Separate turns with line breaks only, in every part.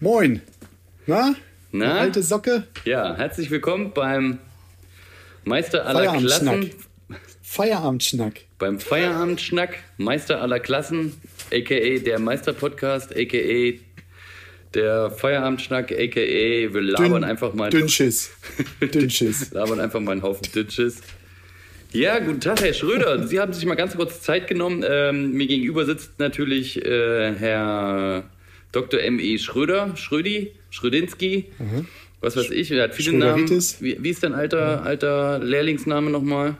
Moin. Na?
Na?
Alte Socke.
Ja, herzlich willkommen beim Meister aller Klassen,
Feierabendschnack. Feierabendschnack.
beim Feierabendschnack, Meister aller Klassen, aka der Meister-Podcast, aka der Feierabendschnack, aka wir labern einfach mal
Dünnschiss. Dünnschiss.
labern einfach mal einen Haufen Ditches. Ja, guten Tag, Herr Schröder. Sie haben sich mal ganz kurz Zeit genommen. Ähm, mir gegenüber sitzt natürlich äh, Herr Dr. M.E. Schröder, Schrödi, Schrödinski, was weiß ich. Er hat viele Namen.
Mhm. Schröderitis.
Wie, wie ist dein alter, alter Lehrlingsname nochmal?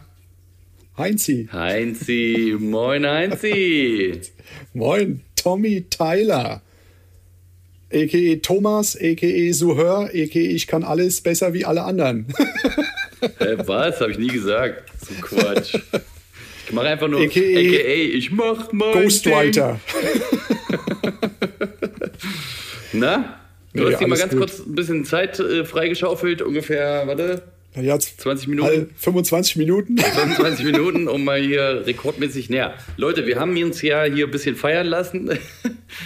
Heinzi.
Heinzi. Moin, Heinzi.
Moin. Tommy Tyler. A.k.e. Thomas, E a.k.e. Suhör, a.k.e. ich kann alles besser wie alle anderen.
Hä, Äh, was? Habe ich nie gesagt. So Quatsch. Ich mache einfach nur
AKA
AKA, ich mach mal.
Ghostwriter.
Na? Du
Nee,
hast dir mal
alles
ganz
gut.
kurz ein bisschen Zeit äh, freigeschaufelt, ungefähr, warte,
Ja, jetzt
20
all
Minuten,
25 Minuten.
25 Minuten, um mal hier rekordmäßig näher. Leute, wir haben uns ja hier ein bisschen feiern lassen.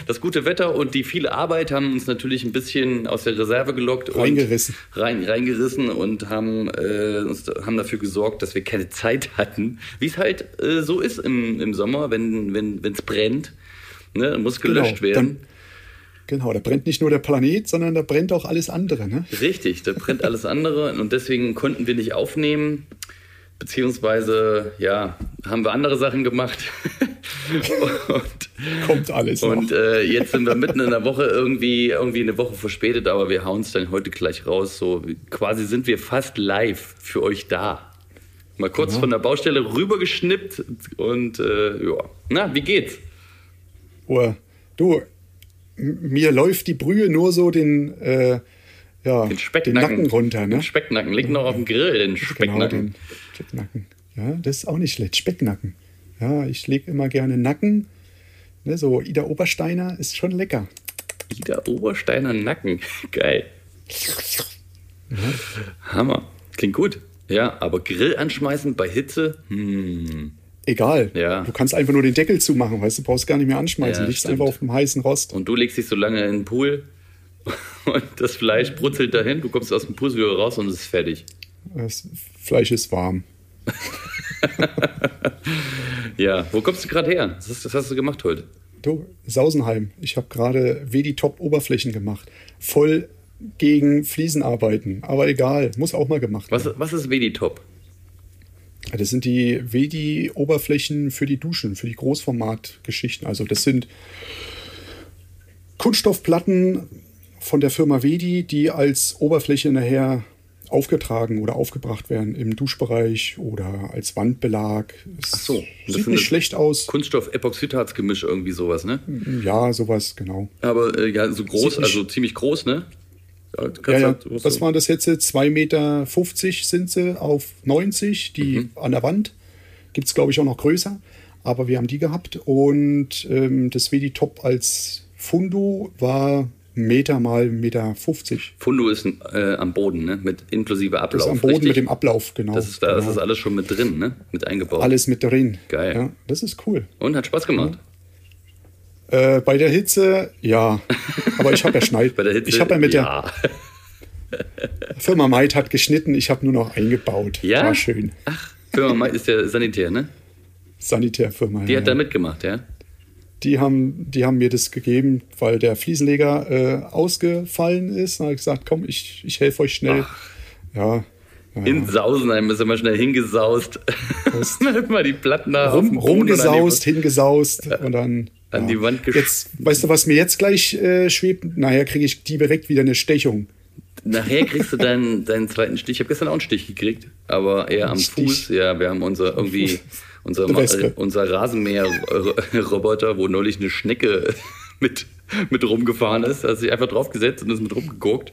Das gute Wetter und die viele Arbeit haben uns natürlich ein bisschen aus der Reserve gelockt und
Reingerissen.
rein, reingerissen und haben, äh, uns, haben dafür gesorgt, dass wir keine Zeit hatten. Wie es halt äh, so ist im, im Sommer, wenn wenn es brennt, ne, dann muss gelöscht
Genau,
werden.
Dann, genau, da brennt nicht nur der Planet, sondern da brennt auch alles andere. Ne?
Richtig, da brennt alles andere und deswegen konnten wir nicht aufnehmen. Beziehungsweise, ja, haben wir andere Sachen gemacht.
Kommt alles.
und
noch.
und äh, jetzt sind wir mitten in der Woche irgendwie, irgendwie eine Woche verspätet, aber wir hauen es dann heute gleich raus. So quasi sind wir fast live für euch da. Mal kurz von der Baustelle rübergeschnippt und äh, ja. Na, wie geht's?
Ohr. Du, m- mir läuft die Brühe nur so den, äh, ja,
Den Specknacken.
Nacken runter, ne?
Den Specknacken. Liegt noch auf dem Grill, den
Genau,
Specknacken.
den Specknacken. Ja, das ist auch nicht schlecht. Specknacken. Ja, ich lege immer gerne Nacken. Ne, so Ida Obersteiner ist schon lecker.
Dieter Obersteiner Nacken. Geil. Hammer. Klingt gut. Ja, aber Grill anschmeißen bei Hitze, hm.
Egal.
Ja.
Du kannst einfach nur den Deckel zumachen, weißt du, brauchst gar nicht mehr anschmeißen.
Ja,
Liegst
stimmt.
einfach auf dem heißen Rost.
Und du legst dich so lange in den Pool und das Fleisch brutzelt dahin, du kommst aus dem Pool wieder raus und es ist fertig.
Das Fleisch ist warm.
Ja, wo kommst du gerade her? Das, hast- das hast du gemacht heute.
Du, Sausenheim, ich habe gerade wedi top oberflächen gemacht. Voll gegen Fliesenarbeiten. Aber egal, muss auch mal gemacht
Was, was ist Vedi-Top?
Ja, Das sind die WD-Oberflächen für die Duschen, für die Großformat-Geschichten. Also das sind Kunststoffplatten von der Firma WD, die als Oberfläche nachher aufgetragen oder aufgebracht werden im Duschbereich oder als Wandbelag. Es
so, das
sieht
sind
nicht
das-
schlecht aus.
Kunststoff-Epoxidharz-Gemisch, irgendwie sowas, ne?
Ja, sowas, genau.
Aber äh, ja, so groß,
Sieht nicht-
also ziemlich groß, ne? Ja, kannst
Ja, ja.
halt- musst
Was
du-
waren das jetzt? 2,50 Meter sind sie auf 90, die
Mhm.
an der Wand. Gibt es, glaube ich, auch noch größer. Aber wir haben die gehabt. Und ähm, das WD Top als Fundo war Meter mal Meter 50.
Fundo ist äh, am Boden, ne? Mit inklusive Ablauf.
Das ist am Boden
richtig?
mit dem Ablauf, genau.
Das ist, da, das
genau.
ist alles schon mit drin, ne? Mit eingebaut.
alles mit drin.
Geil.
Ja, das ist cool.
Und hat Spaß gemacht.
Äh, bei der Hitze, ja. Aber ich habe ja Schneid.
Bei der Hitze.
ich habe ja mit
ja.
der Firma Maid hat geschnitten, ich habe nur noch eingebaut.
Ja?
War schön.
Firma Mai ist der Sanitär, ne?
Sanitärfirma.
Die
ja,
hat da mitgemacht, ja?
die haben, die haben mir das gegeben, weil der Fliesenleger äh, ausgefallen ist. Dann habe ich gesagt, komm, ich, ich helfe euch schnell. Ja,
In Sausenheim ist immer schnell hingesaust. mal die Platten da auf
rum,
den Boden und
rumgesaust, hingesaust und dann
Äh, an
ja.
die Wand gesch-
Jetzt, weißt du, was mir jetzt gleich äh, schwebt? Nachher kriege ich direkt wieder eine Stechung.
an die- Nachher kriegst du deinen, deinen zweiten Stich. Ich habe gestern auch einen Stich gekriegt, aber eher am
Stich.
Fuß. Ja, wir haben unser irgendwie unser,
Eine
Ma-
Wespe.
unser Rasenmäher-Roboter, wo neulich eine Schnecke mit, mit rumgefahren ist, hat sich einfach draufgesetzt und ist mit rumgeguckt.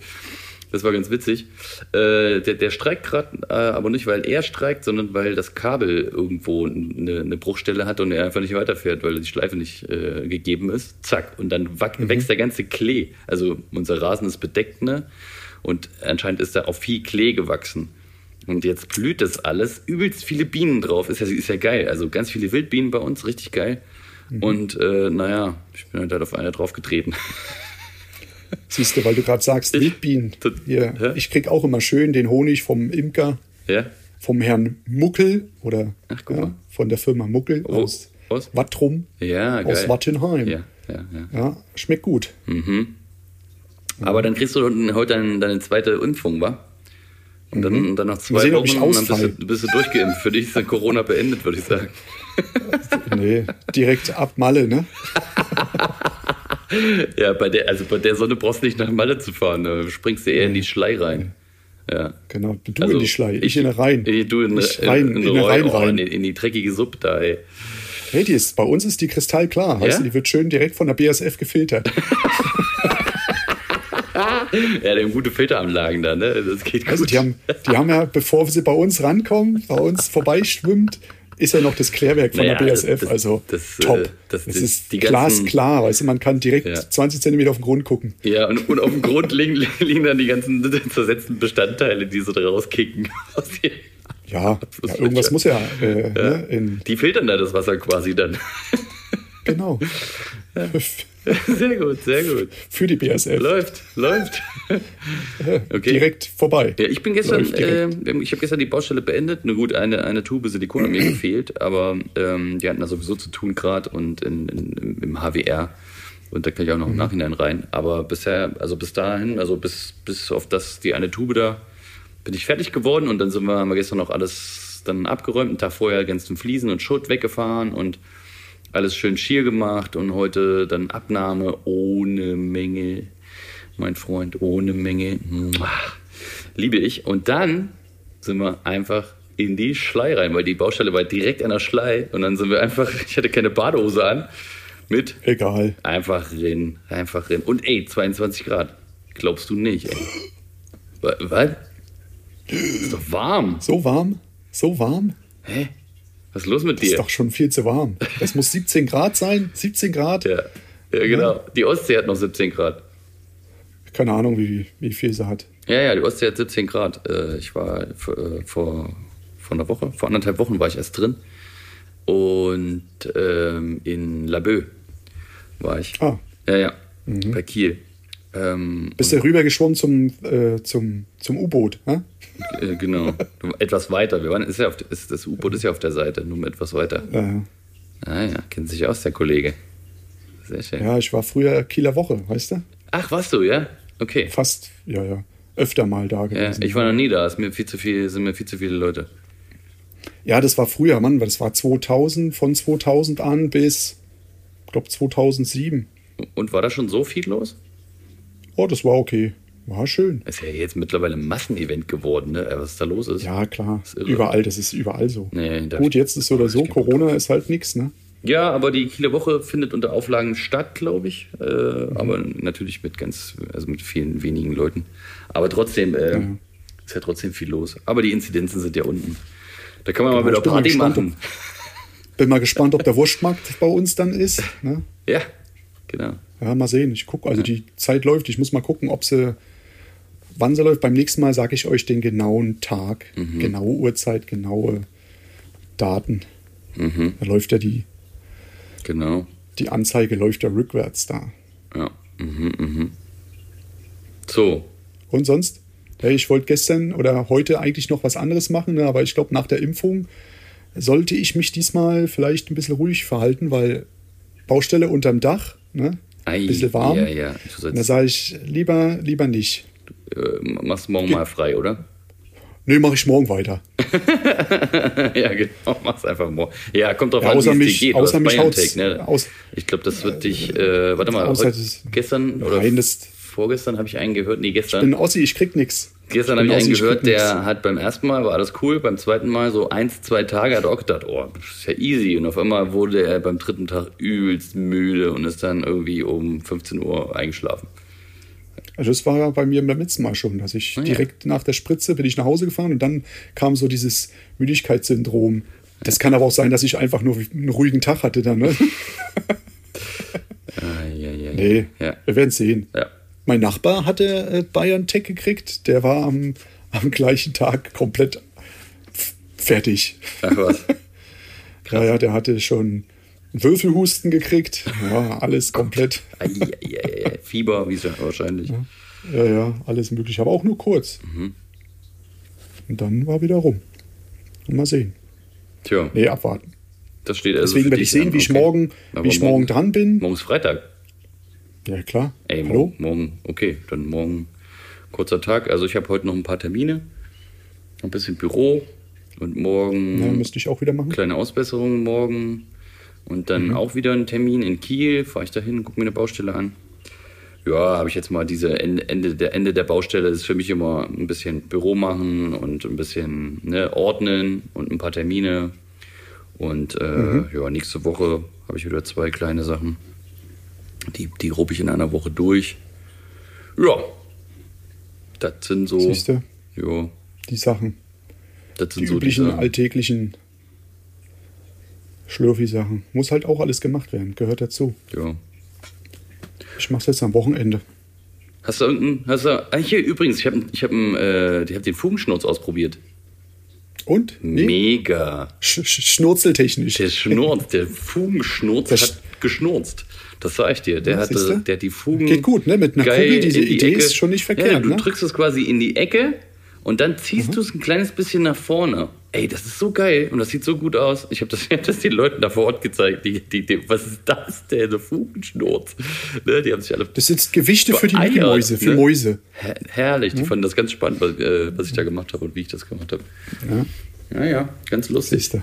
Das war ganz witzig. Äh, der, der streikt gerade, äh, aber nicht, weil er streikt, sondern weil das Kabel irgendwo eine, eine Bruchstelle hat und er einfach nicht weiterfährt, weil die Schleife nicht äh, gegeben ist. Zack. Und dann wack,
Mhm.
wächst der ganze Klee. Also unser Rasen ist bedeckt, ne? Und anscheinend ist da auch viel Klee gewachsen. Und jetzt blüht das alles. Übelst viele Bienen drauf. Ist ja, ist ja geil. Also ganz viele Wildbienen bei uns, richtig
Mhm.
geil. Und äh, naja, ich bin halt auf einer draufgetreten.
Siehst du, weil du gerade sagst, Wildbienen. Hier,
Hä?
Ich krieg auch immer schön den Honig vom Imker,
Ja?
vom Herrn Muckel oder
Ach, guck mal.
ja, von der Firma Muckel
Wo-
aus
aus?
Wattrum,
Ja, geil.
aus Wattenheim.
Ja, ja, ja.
Ja, schmeckt gut.
Aber dann kriegst du unten heute deine, deine zweite Impfung, wa? Und dann, dann noch zwei
Mhm. Mal sehen, ob
Wochen
ich
und dann bist
ausfall.
du, bist du durchgeimpft. Für dich ist dann Corona beendet, würde ich sagen.
Nee, direkt ab Malle, ne?
Ja, bei der, also bei der Sonne brauchst du nicht nach Malle zu fahren. Da springst du eher in die Schlei rein. Ja.
Genau, du
Also,
in die Schlei, ich, in der Rhein.
Ich, du in,
Ich
in,
rein,
in,
in der
Roy-
Rhein
oh,
rein.
In, in die dreckige Suppe da, ey.
Hey, die ist, bei uns ist die kristallklar. Weißt du, die wird schön direkt von der BSF gefiltert.
Ja, die haben gute Filteranlagen da, ne? Das geht gut.
Also die haben, die haben ja, bevor sie bei uns rankommen, bei uns vorbeischwimmt, ist ja noch das Klärwerk von
Naja,
der BSF.
das-
also
das, äh,
top.
das-
es
das-
ist
die ganzen-
glasklar, weißt du, man kann direkt
Ja.
20 Zentimeter auf den Grund gucken.
ja, und, und auf dem Grund liegen, liegen dann die ganzen zersetzten Bestandteile, die sie da rauskicken.
Ja,
ist
ja irgendwas
sicher.
muss ja, äh, Ne, in,
Die filtern da das Wasser quasi dann.
genau.
Sehr gut, sehr gut.
Für die BSF.
Läuft, läuft. Okay.
Direkt vorbei.
Ja, ich bin gestern,
Läuft direkt.
äh, ich habe gestern die Baustelle beendet. Na gut, eine, eine Tube Silikon hat mir gefehlt, aber ähm, die hatten da sowieso zu tun gerade und in, in, im- im HWR. Und da kann ich auch noch
Mhm.
im Nachhinein rein. Aber bisher, also bis dahin, also bis, bis auf das, die eine Tube da, bin ich fertig geworden und dann sind wir, haben wir gestern noch alles dann abgeräumt. Einen Tag vorher ganzen Fliesen und Schutt weggefahren und alles schön schier gemacht und heute dann Abnahme ohne Menge. Mein Freund, ohne Menge. Mua. Liebe ich. Und dann sind wir einfach in die Schlei rein, weil die Baustelle war direkt an der Schlei und dann sind wir einfach, ich hatte keine Badehose an, mit
Egal.
einfach rennen, einfach rennen. Und ey, 22 Grad. Glaubst du nicht, ey. Wa- Was? Ist doch warm.
So warm, so warm.
Hä? Was ist los mit
Ist
dir?
doch schon viel zu warm. Das muss 17 Grad sein. 17 Grad.
Ja. ja,
Ne?
genau. Die Ostsee hat noch 17 Grad.
Keine Ahnung, wie, wie viel sie hat.
Ja, ja, die Ostsee hat 17 Grad. Äh, Ich war äh, vor, vor einer Woche, vor anderthalb Wochen war ich erst drin. Und ähm, in Laboe war ich.
Ah. Mhm.
Ja, ja, bei Kiel. Ähm,
Bist du rübergeschwommen zum, äh, zum, zum U-Boot? hä?
und, äh, genau, etwas weiter. Wir waren, ist ja auf, ist, das U-Boot ist ja auf der Seite, nur etwas weiter.
Äh,
Ah ja, kennt sich aus, der Kollege. Sehr schön.
ja, ich war früher Kieler Woche, weißt du?
Ach, warst du, ja? Okay.
Fast, ja, ja. Öfter mal da
Ja,
gewesen.
ich war noch nie da, ist mir viel zu viel, sind mir viel zu viele Leute.
Ja, das war früher, Mann, weil das war 2000, von 2000 an bis, ich glaube, 2007.
Und war da schon so viel los?
Oh, das war okay. War schön.
Ist ja jetzt mittlerweile ein Massenevent geworden, ne? Was da los ist.
Ja, klar.
irre.
überall, das ist überall so.
Nee, da-
Gut, jetzt ist so oder so.
Ich geh mal
Corona ist halt nix, ne?
Ja, aber die Kieler Woche findet unter Auflagen statt, glaube ich. Äh,
Mhm.
Aber natürlich mit ganz, also mit vielen wenigen Leuten. Aber trotzdem äh, ist ja trotzdem viel los. Aber die Inzidenzen sind ja unten. Da kann man mal
Genau,
wieder
ich bin mal
Party
gespannt,
machen.
Bin mal gespannt, ob der Wurstmarkt bei uns dann ist. Ne?
Ja, genau.
Ja, mal sehen. Ich gucke, also die Zeit läuft. Ich muss mal gucken, ob sie, wann sie läuft. Beim nächsten Mal sage ich euch den genauen Tag,
Mhm.
genaue Uhrzeit, genaue Daten.
Mhm.
Da läuft ja die,
Genau.
die Anzeige läuft ja rückwärts da.
Ja. Mhm, mhm. So.
Und sonst? Hey, ich wollte gestern oder heute eigentlich noch was anderes machen, ne, aber ich glaube, nach der Impfung sollte ich mich diesmal vielleicht ein bisschen ruhig verhalten, weil Baustelle unterm Dach, ne?
Ei,
Ein bisschen warm.
Ja, ja. Du
Und da
sollst,
sage ich, lieber, lieber nicht.
äh, machst morgen mal frei, oder?
Nö, mache ich morgen weiter.
ja, genau, mach's einfach mal. Ja, kommt drauf
Ja,
an,
außer
wie es
mich-
dir geht.
außer
aber das
mich
Bayern-Take,
haut's
ne?
aus.
Ich glaube, das wird dich, äh, warte mal,
außer
heute,
das-
gestern oder
Nein, das-
vorgestern habe ich einen gehört, nee,
Ich bin
gestern,
Ossi, ich krieg nix.
gestern habe
bin
ich einen
Ossi, ich
gehört,
krieg nix.
der hat beim ersten Mal, war alles cool, beim zweiten Mal so eins, zwei Tage hat er auch gedacht, oh, das ist ja easy. Und auf einmal wurde er beim dritten Tag übelst müde und ist dann irgendwie um 15 Uhr eingeschlafen.
Also das war ja bei mir beim letzten Mal schon, dass ich
Ah, ja.
direkt nach der Spritze bin ich nach Hause gefahren und dann kam so dieses Müdigkeitssyndrom. Das kann aber auch sein, dass ich einfach nur einen ruhigen Tag hatte dann. Ne?
Ah, ja, ja, ja.
Nee,
Ja,
wir werden sehen.
ja.
Mein Nachbar hatte äh, Bayern Tech gekriegt. Der war am, am gleichen Tag komplett f- fertig.
Ach was.
Ja, ja, der hatte schon Würfelhusten gekriegt. Ja, alles komplett.
Ei, ei, ei, ei. Fieber, wie es ja wahrscheinlich.
Ja, ja, alles möglich, aber auch nur kurz.
Mhm.
Und dann war wieder rum. Und mal sehen.
Tja,
Nee, abwarten.
das steht also.
Deswegen
für
werde
dich
ich sehen,
an,
wie ich
okay.
morgen,
Aber
wie ich morgen
morgen-
dran bin.
Morgen ist Freitag.
Ja, klar.
Ey,
Hallo?
morgen, morgen, okay, dann morgen kurzer Tag. Also ich habe heute noch ein paar Termine, ein bisschen Büro und morgen
Ja, müsste ich auch wieder machen.
kleine Ausbesserung morgen und
Mhm.
dann auch wieder einen Termin in Kiel. Fahre ich dahin, gucke mir eine Baustelle an. Ja, habe ich jetzt mal diese Ende, Ende, der Ende der Baustelle ist für mich immer ein bisschen Büro machen und ein bisschen ne, ordnen und ein paar Termine. Und äh,
Mhm.
ja, nächste Woche habe ich wieder zwei kleine Sachen. Die, die ruppe ich in einer Woche durch. Ja, das sind so.
Siehst du,
Ja,
die Sachen.
das sind
Die
so
üblichen
diese-
alltäglichen Schlürfi-Sachen. Muss halt auch alles gemacht werden. Gehört dazu.
ja.
Ich mache es jetzt am Wochenende.
Hast du irgendeinen, hast du, ah, hier übrigens, ich habe ich hab, einen, äh, ich hab den Fugenschnurz ausprobiert.
Und? Nee?
Mega.
Sch sch Schnurzeltechnisch.
Der Schnurz, der Fugenschnurz
Das-
hat geschnurzt. Das sag ich dir. Der,
Ja, siehst du?
hatte, der hat die Fugen.
Geht gut, ne? Mit einer
geil
Kugel, diese
in die
Idee
Ecke.
ist schon nicht verkehrt,
Ja, du
ne? Mhm.
drückst es quasi in die Ecke und dann ziehst du es ein kleines bisschen nach vorne. Ey, das ist so geil und das sieht so gut aus. Ich habe das, ich hab das den Leuten da vor Ort gezeigt. Die, die, die, was ist das denn? Der Fugenschnurz. Ne? Die haben sich alle
Das sind Gewichte für die
Eier,
Mäuse, für
ne?
Mäuse. Hm?
Her herrlich, die fanden das ganz spannend, was, äh, was ich da gemacht habe und wie ich das gemacht habe.
Ja,
Ja, ja, ganz lustig.
siehst du.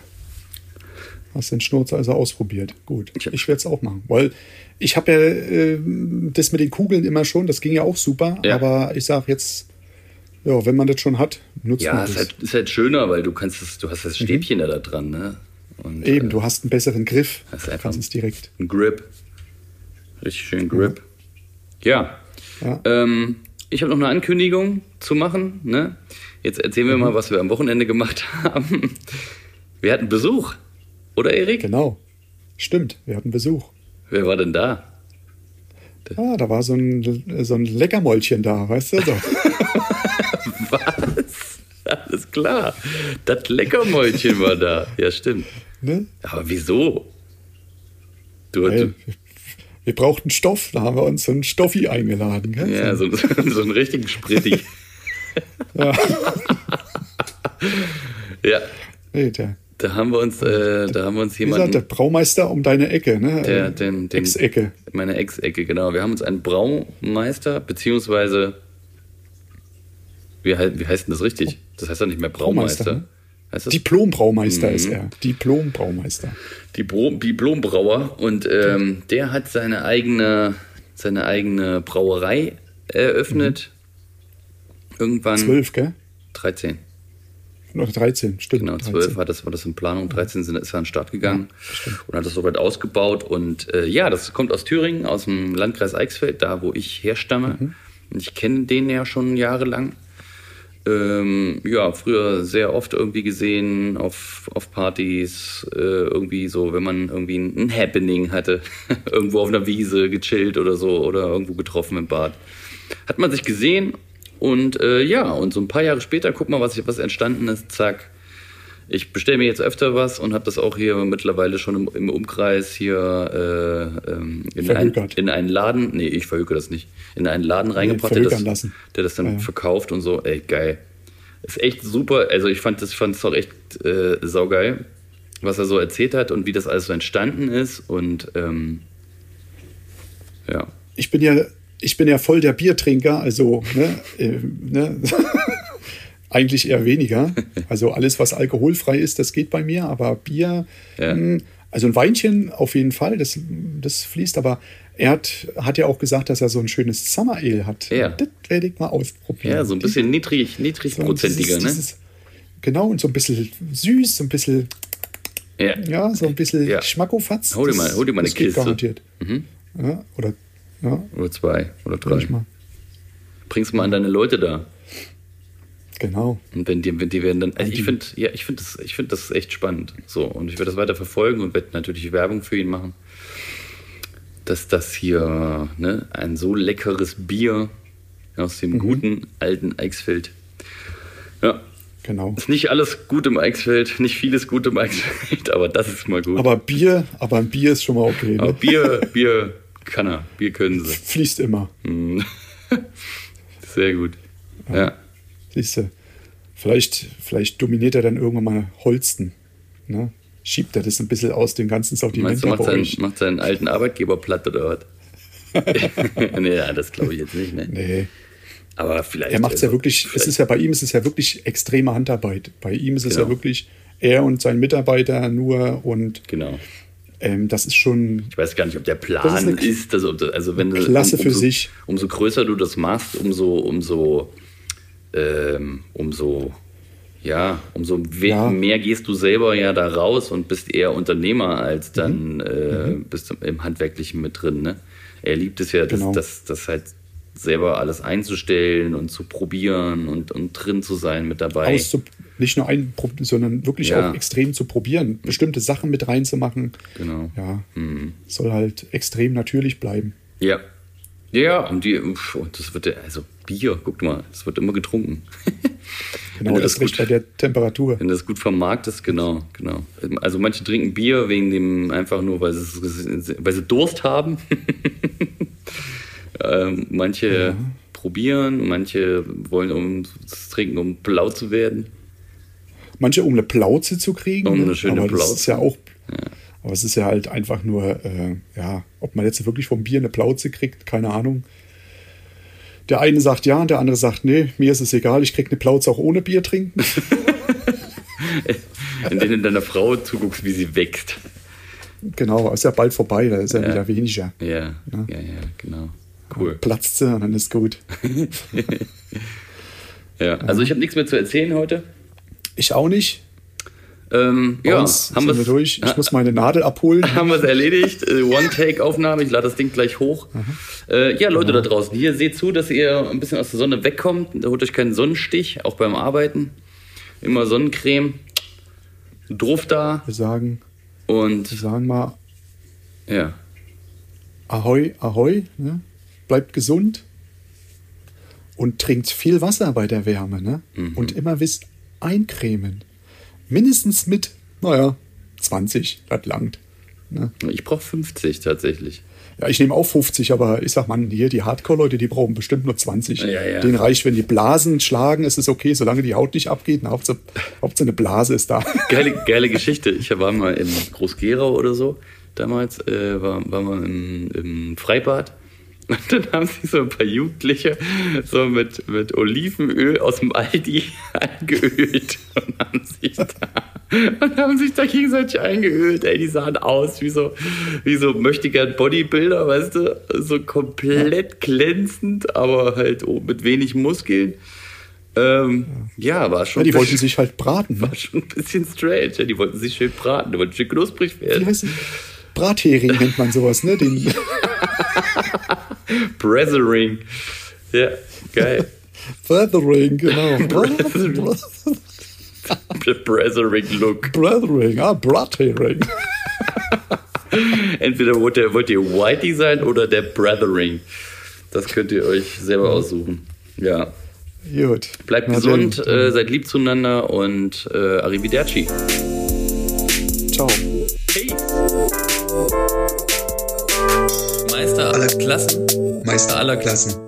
Hast den Schnurz also ausprobiert. Gut,
Ich hab-
ich werde es auch machen. Weil ich habe ja ähm, das mit den Kugeln immer schon, das ging ja auch super.
Ja.
Aber ich sage jetzt, ja, wenn man das schon hat, nutzt
Ja,
man
ist
das. Mhm.
halt, ist halt schöner, weil du kannst das, du hast das Stäbchen da, da dran, ne? Und,
Eben,
äh,
du hast einen besseren Griff.
Das ist einfach-
kannst es direkt.
Ein Grip. Richtig schön Grip. Ja.
Mhm. Ja.
Ähm, ich habe noch eine Ankündigung zu machen. Ne? Jetzt erzählen
Mhm.
wir mal, was wir am Wochenende gemacht haben. Wir hatten Besuch. Oder Erik?
Genau. Stimmt, wir hatten Besuch.
Wer war denn da?
Ah, da war so ein, so ein Leckermäulchen da, weißt du? So.
Was? Alles klar. Das Leckermäulchen war da. Ja, stimmt.
ne?
Aber wieso? Du,
Weil
du
wir brauchten Stoff, da haben wir uns so einen Stoffi eingeladen. Gell?
ja, so, so einen richtigen Spritti.
Ja.
ja,
Nee, der,
da haben wir uns, äh, da haben wir uns
wie gesagt, der
jemanden,
Braumeister um deine Ecke, ne?
der,
Äh,
den, den,
Ex-Ecke.
meine Ex-Ecke, genau. Wir haben uns einen Braumeister, beziehungsweise, wie, hei- wie heißt denn das richtig? Das heißt doch nicht mehr Braumeister.
Braumeister, ne?
Heißt das? Mhm.
Diplom-Braumeister ist er. Diplom-Braumeister.
die Bro- Diplombrauer und ähm, der hat seine eigene, seine eigene Brauerei eröffnet. Irgendwann
Zwölf, gell?
13.
Oder 13, stimmt.
Genau,
13.
12 war das, war das in Planung, 13 sind, ist er an den Start gegangen und hat das soweit ausgebaut. Und äh, ja, das kommt aus Thüringen, aus dem Landkreis Eichsfeld, da wo ich herstamme. Und ich kenne den ja schon jahrelang. Ähm, ja, früher sehr oft irgendwie gesehen auf, auf Partys, äh, irgendwie so, wenn man irgendwie ein ein Happening hatte, irgendwo auf einer Wiese gechillt oder so oder irgendwo getroffen im Bad. Hat man sich gesehen und äh, ja, und so ein paar Jahre später, guck mal, was, was entstanden ist, zack, ich bestelle mir jetzt öfter was und habe das auch hier mittlerweile schon im, im Umkreis hier äh, ähm, in, ein,
Verhökert.
in einen Laden, nee, ich verhöke das nicht, in einen Laden reingebracht, der, das,
verhökern lassen.
der das dann
Ja, ja.
verkauft und so. Ey, geil. Ist echt super. Also ich fand das fand's auch echt äh, saugeil, was er so erzählt hat und wie das alles so entstanden ist. Und ähm, ja.
ich bin ja, ich bin ja voll der Biertrinker, also ne, äh, ne, eigentlich eher weniger. Also alles, was alkoholfrei ist, das geht bei mir, aber Bier,
Ja.
mh, also ein Weinchen auf jeden Fall, das, das fließt, aber er hat, hat ja auch gesagt, dass er so ein schönes Summer Ale hat.
Ja.
Das werde ich mal ausprobieren.
Ja, so ein bisschen niedrig, niedrigprozentiger,
dieses- dieses- Genau, und so ein bisschen süß, so ein bisschen,
ne? Ja.
ja, so ein bisschen
Ja.
Schmackofatz.
Hol dir mal- hol dir mal eine
das geht
Kiste. Mhm.
garantiert. Ja, oder, ja,
Oder zwei oder drei.
manchmal.
Bring's mal an deine Leute da.
Genau.
Und wenn die, wenn die werden dann. Also ich finde, ja, ich finde das, ich finde das echt spannend. So. Und ich werde das weiter verfolgen und werde natürlich Werbung für ihn machen. Dass das hier, ne, ein so Mhm. leckeres Bier aus dem guten alten Eichsfeld. Ja,
Genau.
Ist nicht alles gut im Eichsfeld, nicht vieles gut im Eichsfeld, aber das ist mal gut.
Aber Bier, aber ein Bier ist schon mal okay.
Aber
Ne?
Bier, Bier kann er, Bier können sie.
Fließt immer.
Hm. Sehr gut. Ja.
Siehst du. Vielleicht, vielleicht dominiert er dann irgendwann mal Holsten. Ne? Schiebt er das ein bisschen aus dem ganzen Sortiment
Meinst du,
da bei
macht seinen,
euch?
macht seinen alten Arbeitgeber platt oder was? nee, ja, das glaube ich jetzt nicht, ne?
Nee.
Aber vielleicht.
Er macht es ja
also,
wirklich, es
vielleicht-
ist ja bei ihm, es ist ja wirklich extreme Handarbeit. Bei ihm ist es
Genau.
ja wirklich er und sein Mitarbeiter nur und
Genau.
ähm, das ist schon,
Ich weiß gar nicht, ob der
Das ist
Plan
eine
ist,
Kl-
also, ob das- also wenn du-
Klasse für
umso,
sich.
Umso größer du das machst, umso, umso, ähm, umso, ja, umso we-
Ja.
mehr gehst du selber ja da raus und bist eher Unternehmer
Mhm.
als dann äh, bist du im Handwerklichen mit drin. Ne? Er liebt es ja, das,
Genau.
das, das halt selber alles einzustellen und zu probieren und, und drin zu sein mit dabei.
auszu, nicht nur ein, sondern wirklich
Ja.
auch extrem zu probieren, bestimmte Sachen mit reinzumachen.
genau.
Ja, soll halt extrem natürlich bleiben.
Ja. Ja, und die, pf, das wird ja, also Bier, guck mal, das wird immer getrunken. Wenn
Genau,
du
das
das
recht
gut-
bei der Temperatur.
Wenn das gut vermarktest, genau, genau. Also manche trinken Bier wegen dem einfach nur, weil sie, weil sie Durst haben. ähm, manche probieren, manche wollen um es trinken, um blau zu werden.
Manche, um eine Plauze zu kriegen.
Um eine
ne?
schöne
aber
Plauze.
Das ist ja auch, aber es ist ja halt einfach nur, äh, ja, ob man jetzt wirklich vom Bier eine Plauze kriegt, keine Ahnung. Der eine sagt ja, und der andere sagt, nee, mir ist es egal, ich krieg eine Plauze auch ohne Bier trinken.
In denen deiner Frau zuguckst, wie sie wächst.
genau, aber ist ja bald vorbei, da ist ja, wieder weniger.
Ja, ja, ja, genau. Cool.
Platzt sie und dann ist gut.
Ja, also ich habe nichts mehr zu erzählen heute.
Ich auch nicht.
Ähm, ja,
Aus,
haben
sind wir
wir's-
durch. Ich muss meine Nadel abholen.
haben wir es erledigt. Äh, One-Take-Aufnahme. Ich lade das Ding gleich hoch. Äh, ja, Leute da draußen, hier seht zu, dass ihr ein bisschen aus der Sonne wegkommt. Holt euch keinen Sonnenstich, auch beim Arbeiten. Immer Sonnencreme. Druff da
Wir sagen, wir
und
sagen mal
ja,
Ahoi, Ahoi. Ne? Bleibt gesund und trinkt viel Wasser bei der Wärme. Ne?
Mhm.
Und immer wisst, eincremen. Mindestens mit, naja, 20, das langt. Ne?
ich brauche 50 tatsächlich.
Ja, ich nehme auch 50, aber ich sag mal, hier die Hardcore-Leute, die brauchen bestimmt nur 20.
Ja, ja.
Den reicht, wenn die Blasen schlagen, ist es okay, solange die Haut nicht abgeht. Na, Hauptsache, Hauptsache eine Blase ist da.
Geile, geile Geschichte. Ich war mal in Groß-Gerau oder so damals, äh, war, war mal im, im Freibad. Und dann haben sich so ein paar Jugendliche so mit, mit Olivenöl aus dem Aldi eingeölt und haben sich da, und haben sich da gegenseitig eingeölt. Ey, die sahen aus wie so, wie so möchtegern Bodybuilder, weißt du? So komplett glänzend, aber halt oh, mit wenig Muskeln. Ähm, ja, war schon.
Ja, die
ein
wollten
bisschen-
sich halt braten. Ne?
war schon ein bisschen strange. Ja, die wollten sich schön braten, die wollten schön knusprig
Wie
werden.
heißt es? Brathering nennt man sowas, ne? Den,
Brethering. Ja, geil.
Feathering, genau.
Brethering. The Brethering Look.
Brethering, ah, Brathering.
Entweder wollt ihr, wollt ihr Whitey sein oder der Brethering. Das könnt ihr euch
Mhm.
selber aussuchen. Ja.
Gut.
Bleibt
Na
gesund,
denn,
äh, seid lieb zueinander und äh, Arrivederci.
Ciao.
Hey. Meister aller Klassen.
Meister aller Klassen.